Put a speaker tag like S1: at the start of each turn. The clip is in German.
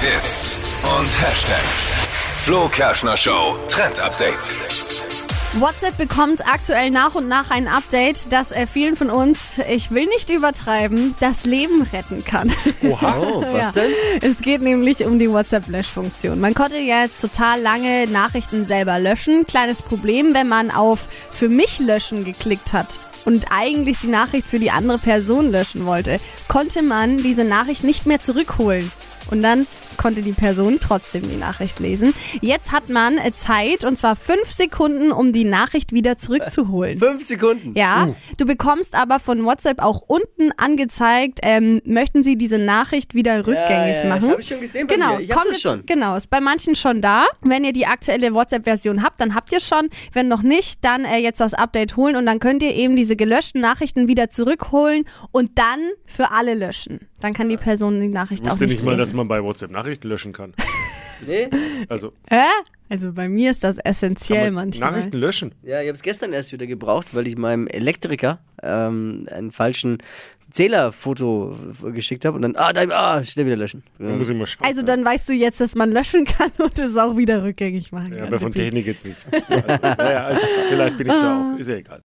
S1: Hits und Hashtags. Flo Kerschner Show Trend Update.
S2: WhatsApp bekommt aktuell nach und nach ein Update, das äh, vielen von uns, ich will nicht übertreiben, das Leben retten kann.
S3: Oha, Oh, was denn?
S2: Es geht nämlich um die WhatsApp-Löschfunktion. Man konnte ja jetzt total lange Nachrichten selber löschen. Kleines Problem, wenn man auf Für mich löschen geklickt hat und eigentlich die Nachricht für die andere Person löschen wollte, konnte man diese Nachricht nicht mehr zurückholen. Und dann konnte die Person trotzdem die Nachricht lesen. Jetzt hat man äh, Zeit, und zwar fünf Sekunden, um die Nachricht wieder zurückzuholen.
S3: Fünf Sekunden.
S2: Ja, du bekommst aber von WhatsApp auch unten angezeigt, ähm, möchten sie diese Nachricht wieder rückgängig
S3: ja, ja,
S2: machen.
S3: das hab ich schon gesehen bei
S2: genau,
S3: mir. Ich hab
S2: kommt
S3: das schon.
S2: Jetzt, genau, ist bei manchen schon da. Wenn ihr die aktuelle WhatsApp-Version habt, dann habt ihr schon. Wenn noch nicht, dann äh, jetzt das Update holen und dann könnt ihr eben diese gelöschten Nachrichten wieder zurückholen und dann für alle löschen. Dann kann die Person die Nachricht
S4: Ich
S2: auch
S4: wusste
S2: nicht
S4: nicht mal,
S2: lesen.
S4: dass man bei WhatsApp Nachrichten löschen kann.
S3: Nee?
S4: Also
S2: Hä? Also bei mir ist das essentiell
S4: man
S2: manchmal.
S4: Nachrichten löschen.
S3: Ja, ich habe es gestern erst wieder gebraucht, weil ich meinem Elektriker ähm, einen falschen Zählerfoto f- geschickt habe und dann, ah, da, ah, schnell wieder löschen. Ja.
S4: Da muss ich mal schauen.
S2: Also dann weißt du jetzt, dass man löschen kann und es auch wieder rückgängig machen
S4: ja,
S2: kann.
S4: aber von
S2: Tippi.
S4: Technik jetzt nicht. Also, naja, also, vielleicht bin ich da auch. Ist ja egal.